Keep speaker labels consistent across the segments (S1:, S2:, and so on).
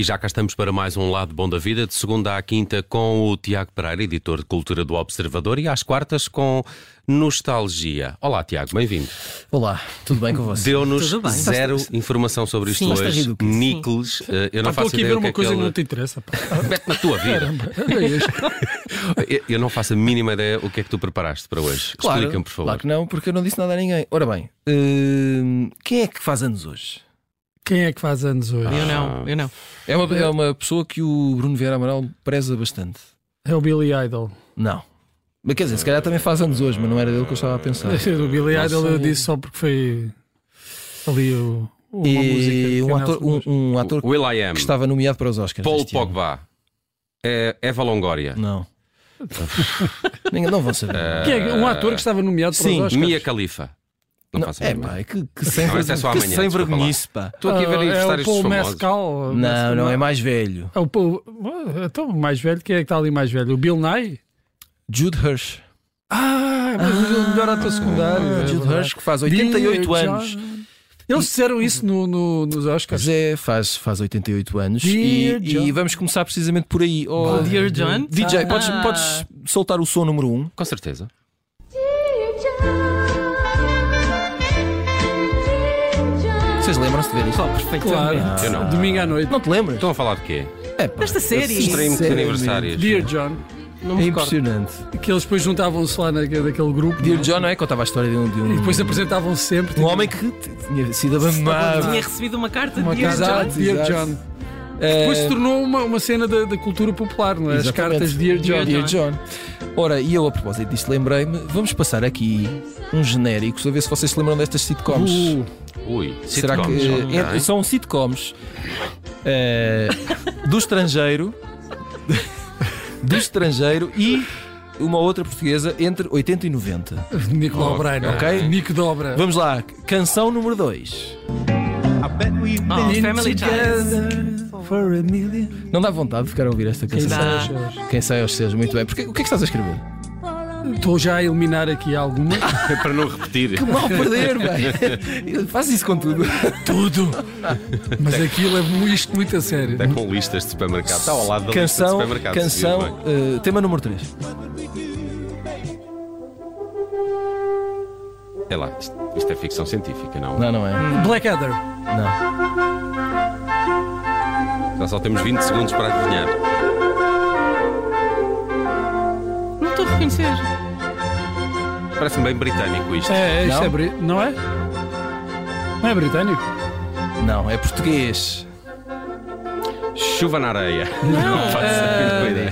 S1: E já cá estamos para mais um Lado Bom da Vida, de segunda à quinta, com o Tiago Pereira, editor de Cultura do Observador, e às quartas com Nostalgia. Olá, Tiago, bem-vindo.
S2: Olá, tudo bem com você?
S1: Deu-nos
S3: Tudo bem.
S1: zero informação sobre isto
S2: Sim. Estás
S1: hoje.
S2: rindo do quê?
S1: Níqueles, eh, eu não
S4: Estou
S1: faço
S4: aqui a
S1: ideia
S4: ver
S1: o que
S4: uma
S1: é
S4: coisa
S1: que
S4: que
S1: ele...
S4: não te interessa. pá.
S1: Mete na tua vida.
S4: Caramba, olha isto.
S1: Eu- Eu não faço a mínima ideia o que é que tu preparaste para hoje.
S2: Claro,
S1: Explica-me, por favor.
S2: Claro que não, porque eu não disse nada a ninguém. Ora bem, hum, quem é que faz anos hoje?
S4: Quem é que faz anos hoje?
S3: Eu não, eu não.
S2: É uma, é uma pessoa que o Bruno Vieira Amaral preza bastante.
S4: É o Billy Idol.
S2: Não. Mas quer dizer, se calhar também faz anos hoje, mas não era dele que eu estava a pensar.
S4: O Billy
S2: Não
S4: Idol eu
S2: sei.
S4: disse só porque foi ali o, uma música.
S2: E
S4: de
S2: um
S4: Nelson
S2: ator, um,
S4: Cruz.
S2: um ator
S1: Will I Am,
S2: que estava nomeado para os Oscars.
S1: Paul
S2: este ano.
S1: Pogba, eh, Eva Longoria,
S2: Não. Ninguém- não vão saber.
S4: Quem é que- um ator que é. estava nomeado para
S2: Sim, é
S4: os Oscars.
S1: Mia Khalifa. Não,
S2: Não,
S1: faço a
S2: é
S1: mínima.
S2: pá, que, que sem,
S1: Não, essa é só
S2: que
S1: amanhã,
S2: sem
S1: desculpa lá.
S2: vergonhice, pá.
S1: Estou aqui a ver
S4: Ah, é o
S1: aniversários
S4: Paul
S1: famosos.
S4: Mescal.
S2: Não, não, é mais velho.
S4: É o Paul. Ah, Então, mais velho, quem é que está ali mais velho? O Bill Nye?
S2: Jude Hirsch.
S4: Ah, mas o melhor ator secundário. é
S2: Jude
S4: verdade.
S2: Hirsch, que faz 88
S4: Dia-
S2: anos.
S4: Eles fizeram isso no, no- nos Oscars.
S2: Pois é, faz, faz 88 anos e,
S4: Dear John.
S2: e vamos começar precisamente por aí. Oh,
S3: Dear John?
S2: DJ,
S3: Ah.
S2: podes, podes soltar o som número 1? Um?
S1: Com certeza.
S2: Vocês lembram-se de ver isto?
S3: Só perfeitamente.
S4: Claro.
S1: Eu não.
S4: Domingo à noite.
S2: Não te lembras?
S1: Estão a falar de quê?
S2: É, pá,
S3: Esta série.
S1: Extremo de
S2: Sinceramente.
S1: aniversários.
S4: Dear John.
S2: é impressionante.
S4: Que eles depois juntavam-se lá na, naquele grupo.
S2: Dear John, não é? Contava a história de um, de um,
S4: E depois apresentavam-se sempre.
S2: um
S4: tipo,
S2: homem que t- tinha sido
S3: Tinha
S2: abandonado.
S3: recebido uma carta
S4: Uma
S3: de Dear
S4: carta,
S3: John.
S2: John.
S4: Dear
S2: Exato.
S4: John. Depois se tornou uma, uma cena da, da cultura popular, não é? As
S2: É. Exatamente.
S4: cartas Dear John.
S2: Dear John. Ora, e eu a propósito disto lembrei-me, vamos passar aqui um genérico, a ver se vocês se lembram destas sitcoms.
S4: Uh,
S1: Ui,
S2: Será que
S1: sitcoms.
S2: eh,
S1: Ok.
S2: é- são sitcoms eh, do estrangeiro, do estrangeiro e uma outra portuguesa entre 80 e 90.
S4: Nico Dobra, não é?
S2: Ok.
S4: Nico Dobra.
S2: Vamos lá, canção número 2.
S3: Oh, Family Ties.
S2: Não dá vontade de ficar a ouvir esta canção.
S3: Dá.
S2: Quem sai aos seus, muito bem. Porque, o que é que estás a escrever?
S4: Estou já a eliminar aqui alguma.
S1: para não repetir.
S2: Mal perder, bem. Faz isso com tudo. Tudo.
S4: Mas aqui levo isto muito a sério.
S1: Até com listas de supermercado. Está ao lado da lista de
S2: Canção,
S1: supermercado. se viu
S2: canção,
S1: bem.
S2: eh, tema número 3.
S1: É lá, isto, isto é ficção científica, não?
S2: Não, não é?
S4: Blackadder.
S2: Não.
S1: Já só temos 20 segundos para adivinhar.
S3: Não estou a reconhecer.
S1: Parece-me bem britânico isto.
S4: É, isto
S2: Não?
S4: é bri- não é? Não é britânico?
S2: Não, é português.
S1: Chuva na areia.
S3: Não,
S1: faço
S2: eh,
S1: a mínima ideia.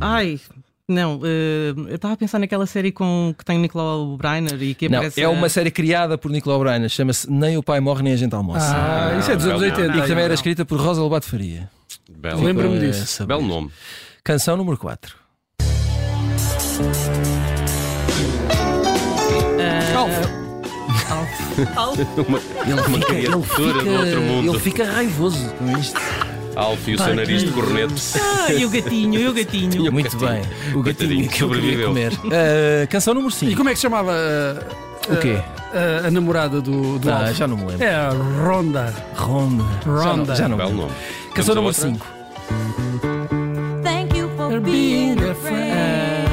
S3: Ah, ai. Não, ah, eu estava a pensar naquela série com que tem Nicolau Breiner e que
S2: Não,
S3: aparece.
S2: é uma série criada por Nicolau Brainer, chama-se Nem o Pai Morre Nem a Gente Almoça.
S4: Ah, isso é dos
S1: não,
S4: anos
S1: não,
S4: 80.
S2: e que também era
S3: não.
S2: escrita por Rosa Lobato Faria.
S1: Belo,
S4: Lembra- Lembro-me
S2: Para
S4: disso.
S2: saber.
S1: belo nome.
S2: Canção número 4. Ah,
S3: Alf.
S1: Uma, uma
S2: Ele
S1: criatura
S2: fica,
S1: do outro mundo.
S2: ele fica raivoso com isto.
S1: Alf e o seu nariz de cornete.
S3: Ah, e o gatinho, e o gatinho.
S1: o
S2: Muito
S1: gatinho.
S2: bem.
S1: Coitadinho,
S2: O gatinho que eu queria
S1: sobreviveu.
S2: comer. Ah, canção número
S4: E
S2: 5.
S4: como é que se chamava
S2: O quê?
S4: ah, a, a namorada do, do
S2: Ah,
S4: Alf?
S2: já não me lembro.
S4: É a Ronda.
S2: Ronda.
S4: Ronda.
S2: Já não, já não me
S1: Belo
S2: lembro.
S1: nome.
S2: Canção número
S1: Temos a outra?
S2: 5.
S5: Thank you for being a friend.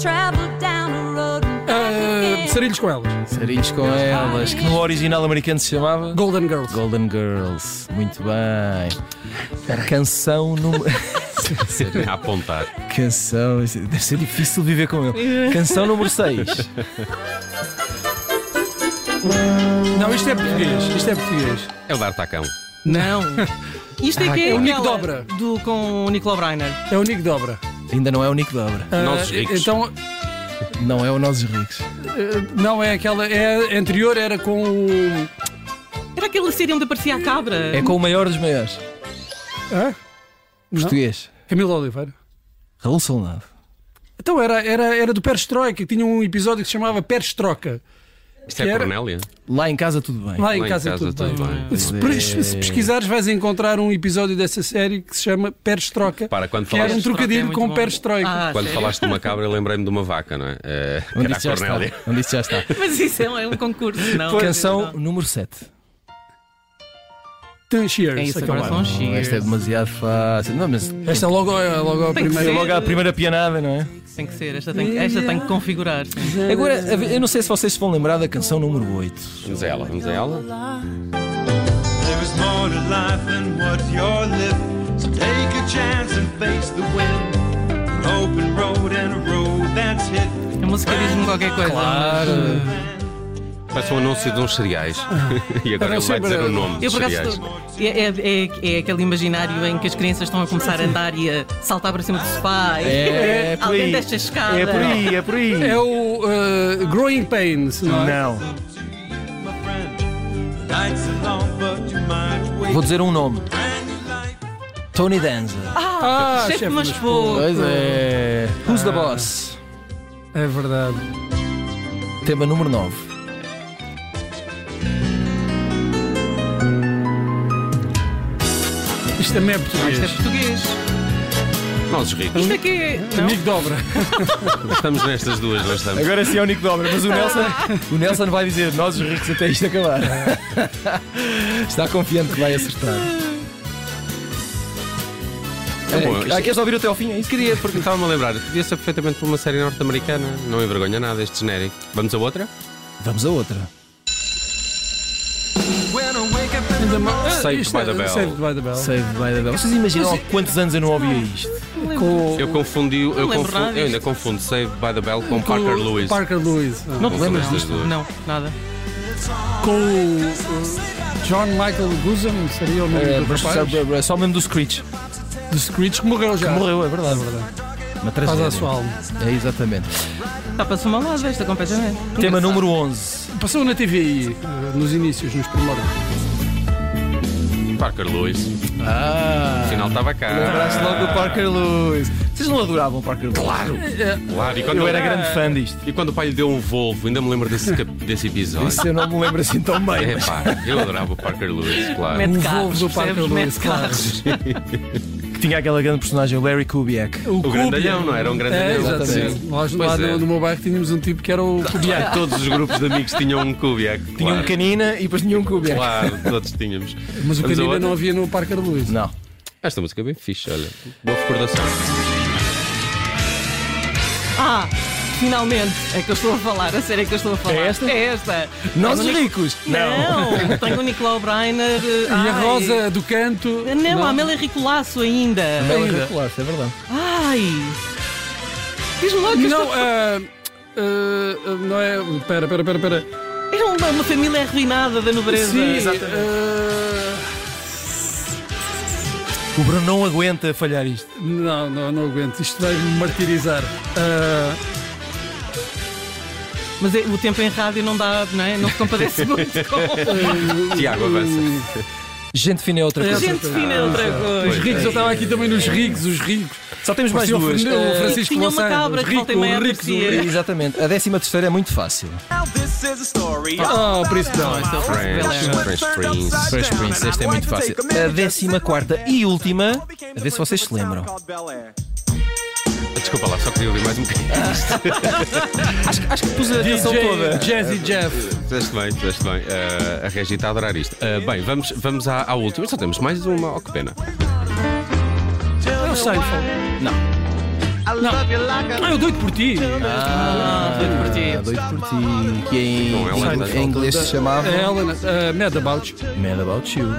S5: Travel down a road and back
S4: Ah,
S5: again.
S4: Sarilhos com elas.
S2: Sarilhos com elas, que no original americano se chamava
S4: Golden Girls.
S2: Golden Girls. Muito bem. Canção número.
S1: A apontar.
S2: Canção, isso deve ser difícil viver com ele. Canção número 6.
S4: Não, isto é português. Isto é português.
S1: É o dar tacão.
S3: Não. Isto é que é
S4: é o Nico
S3: aquela
S4: Dobra.
S3: Do, com o Nicolau Breiner.
S4: É o Nick Dobra.
S2: Ainda não é o Nico Dobra.
S4: Ah,
S1: Nossos ricos.
S4: Então,
S2: Não é o Nós os Ricos.
S4: ah, não é aquela. É, a anterior era com o.
S3: Era aquela série onde aparecia a cabra. um
S2: É com o maior dos maiores.
S4: Hã?
S2: Português.
S4: Camilo Oliveira.
S2: Raul Solnado.
S4: Então era, era, era do Perestroika, que tinha um episódio que se chamava Perestroika.
S1: Isto
S4: Que
S1: é
S4: era-
S1: Cornélia?
S2: Lá em casa tudo bem.
S4: Lá em casa, tudo bem. Se, pre- se pesquisares, vais encontrar um episódio dessa série que se chama Perestroika.
S1: Para, quando
S4: Que era
S1: falaste-
S4: um
S3: Perestroika é
S4: trocadilho
S3: muito
S4: com
S3: bom.
S4: Perestroika.
S3: Ah,
S1: Quando
S3: sério?
S1: falaste de uma cabra, eu lembrei-me de uma vaca, não é? Eh, que
S2: Onde
S1: era a
S2: isso já está.
S1: Cornélia.
S2: Onde isso já está.
S3: Mas isso é um concurso, não?
S2: Canção
S3: Não.
S2: número 7.
S4: Tem Cheers.
S3: É isso,
S4: aquela.
S3: agora são os
S2: Não,
S3: cheers.
S2: esta é demasiado fácil. Não, mas
S4: Esta logo, é logo a
S3: Tem que
S4: primeira.
S3: ser.
S2: logo há a primeira pianada, não é?
S3: Tem que ser, esta tem, esta tem que configurar. sim.
S2: Agora, eu não sei se vocês se vão lembrar da canção número 8.
S1: Vamos a ela, vamos a ela.
S6: There is more to life than what you're living. So take a chance and face the wind. An open road and a road that's hit.
S3: A música diz-me qualquer coisa.
S2: Claro.
S3: mas, eh,
S1: Parece um anúncio de uns cereais. e agora
S4: Eu
S1: ele vai
S4: sempre-
S1: dizer o nome
S3: Eu
S1: dos
S3: por acaso
S1: cereais.
S3: estou- é, é, é- é aquele imaginário em que as crianças estão a começar a andar e a saltar para cima do sofá. e-
S2: É, é por
S3: Alguém
S2: aí.
S3: desta escada.
S2: É por aí, é por aí.
S4: É o eh, Growing Pains, não é?
S2: Não.
S6: My friend, nights are long, but you might wait.
S2: Vou dizer um nome. Tony Danza.
S4: Ah,
S3: Chefe, mas
S4: mas
S3: pouco.
S2: é. Who's the Boss?
S4: É verdade.
S2: Tema número 9.
S4: Isto também é português.
S3: Isto é português.
S1: Nós os ricos.
S3: Isto é que é. Não?
S4: Amigo Dobra.
S1: Estamos nestas duas, não estamos.
S2: Agora sim é o Nico Dobra, mas o Nelson, o Nelson vai dizer nós os ricos até isto acabar. Está confiante que vai acertar.
S1: bom,
S2: É,
S1: isto-
S2: ah, queres ouvir até ao fim? É isso?
S1: Queria, porque estava-me a lembrar, podia ser perfeitamente por uma série norte-americana. Não envergonha nada este genérico. Vamos a outra?
S2: Vamos a outra.
S6: When I wake up in the
S4: Ah,
S1: Saved
S4: isto
S1: by
S4: é-
S1: the Bell.
S4: Saved by the Bell.
S2: Save by the Bell. Vocês imaginam há quantos anos eu não ouvia isto?
S4: Com,
S1: Eu confundi, eu,
S3: lembro
S1: confundo,
S3: nada
S1: eu ainda
S3: disto.
S1: confundo Save by the Bell com
S4: com
S1: Parker
S4: o
S1: Lewis.
S4: Parker Lewis. Ah.
S3: Não te
S1: Confundo
S3: lembras
S1: estas
S3: disto?
S1: duas.
S3: Não, nada.
S4: Com o eh, John Michael Guzman, seria o nome
S2: É,
S4: do
S2: mas
S4: rapaz.
S2: só- só mesmo do Screech.
S4: Do Screech, que morreu já.
S2: Morreu, é verdade. Uma
S4: Faz
S2: tragédia.
S4: a sua alma.
S2: É exatamente.
S3: Está para uma lado esta completamente.
S2: Tema número 11.
S4: Passou na TVI, eh, nos inícios, nos primórdios.
S1: Parker Lewis.
S2: Ah.
S1: Afinal estava cá.
S2: Lembraste logo do Parker Lewis. Vocês não adoravam o Parker Lewis? Claro!
S1: Claro, e quando
S2: Eu
S1: ele-
S2: era grande fã disto.
S1: E quando o pai lhe deu um Volvo, ainda me lembro desse, cap- desse episódio.
S2: Isso eu não me lembro assim tão bem.
S1: É pá, eu adorava o Parker Lewis, claro.
S3: Mete
S4: O
S3: carros,
S4: Volvo do
S3: percebes?
S4: Parker Lewis,
S3: Mete
S4: claro.
S3: carros.
S2: É, Que tinha aquela grande personagem, o Larry Kubiak.
S1: O grandalhão, não era um
S4: É,
S1: grandalhão?
S4: exatamente. Nós
S1: Pois
S4: lá
S1: é.
S4: no, no meu bairro tínhamos um tipo que era o
S1: Claro,
S4: Kubiak.
S1: É todos os grupos de amigos tinham um Kubiak.
S2: Tinha
S1: claro.
S2: um canina e depois tinha um Kubiak.
S1: Claro, todos tínhamos.
S4: Mas o
S1: Vamos a
S4: Canina
S1: outra?
S4: não havia no Parker Lewis.
S2: Não.
S1: Esta música é bem fixe, olha. Boa recordação.
S3: Ah, finalmente. É que eu estou a falar. A sério é que eu estou a falar.
S2: É esta?
S3: É esta.
S2: Nós os
S3: Tenho o Nic-
S2: ricos!
S3: Não, tenho o Nicolau Breiner.
S4: E a Rosa do Canto.
S3: Não, a Amélia Ricolasso ainda.
S2: Bela
S4: Ainda.
S2: recolaça, é verdade.
S3: Ai! Diz-me lá que
S4: Não,
S3: esta-
S4: ah, ah, não é. Pera, pera, pera, pera.
S3: era uma, uma família arruinada da nobreza.
S4: Sim, ah,
S2: O Bruno não aguenta falhar isto.
S4: ah, não, não, não aguento. Isto vai me martirizar. Ah,
S3: Mas é- o tempo em rádio não dá, não é? Não se compadece muito com.
S1: Tiago, avança.
S2: Gente fina é outra coisa.
S3: Gente fina é outra
S4: os
S3: coisa.
S4: ricos, eu estava aqui também nos ricos, os ricos.
S2: Só temos mais
S4: Parecia o
S2: duas. É.
S4: Fernando- o
S2: Eh,
S4: Francisco
S3: Tinha uma
S4: Louçã,
S3: cabra
S4: os
S3: que volta e meia
S4: ricos, os ricos, os
S3: aparecia.
S4: ricos.
S2: Exatamente. A décima terceira é muito fácil.
S6: Now this is a story.
S4: Ah, por isso não.
S1: French, French Prince.
S2: Fresh Prince, esta é muito fácil. A décima quarta e última, a ver se vocês se lembram.
S1: Desculpa lá, só queria ouvir mais um bocadinho.
S2: Acho que pus a atenção
S4: DJ
S2: toda.
S4: Jazzy Jeff.
S1: Fizeste bem, fizeste bem. Eh, a Regi está a adorar isto. Eh, bem, vamos, vamos à, à última. Só temos mais uma, oh que pena.
S4: É o Seinfeld. Ah, eu doido por ti.
S3: Ah, doido por
S2: Ah,
S3: ti.
S2: doido por ti. Que
S1: Não, ela
S2: em,
S1: não
S2: em inglês se chamava
S4: A Helena, ah, Mad About You.
S2: Mad About You.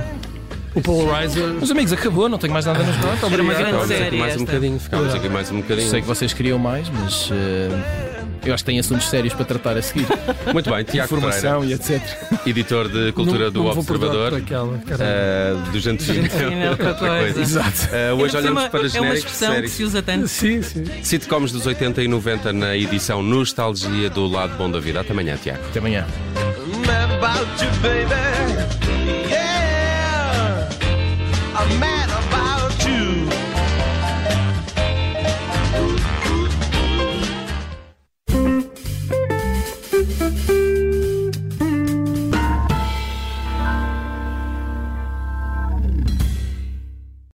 S4: O Polarizer.
S2: Meus amigos, acabou, não tenho mais nada nos braços.
S3: Era uma grande
S1: Ficámos
S3: série
S1: aqui mais um
S3: esta.
S1: bocadinho. Ficámos aqui mais um bocadinho.
S2: Sei que vocês queriam mais, mas eh, eu acho que tem assuntos sérios para tratar a seguir.
S1: Muito bem, Tiago Pereira,
S2: Informação e etc.
S1: editor de Cultura
S4: Não-
S1: do
S4: não vou
S1: Observador.
S4: perdoar por aquela, caralho.
S1: eh, do Gente Fina.
S3: Fina é outra coisa.
S1: Exato. Eh, hoje
S3: Ainda por cima,
S1: olhamos para
S3: É uma
S1: genéricos de
S3: expressão que
S1: séries.
S3: se usa tanto.
S4: Sim, sim.
S1: Sitcoms dos 80 e 90 na edição Nostalgia do Lado Bom da Vida. Até amanhã, Tiago.
S2: Até amanhã.
S6: about you, baby. Yeah. I'm mad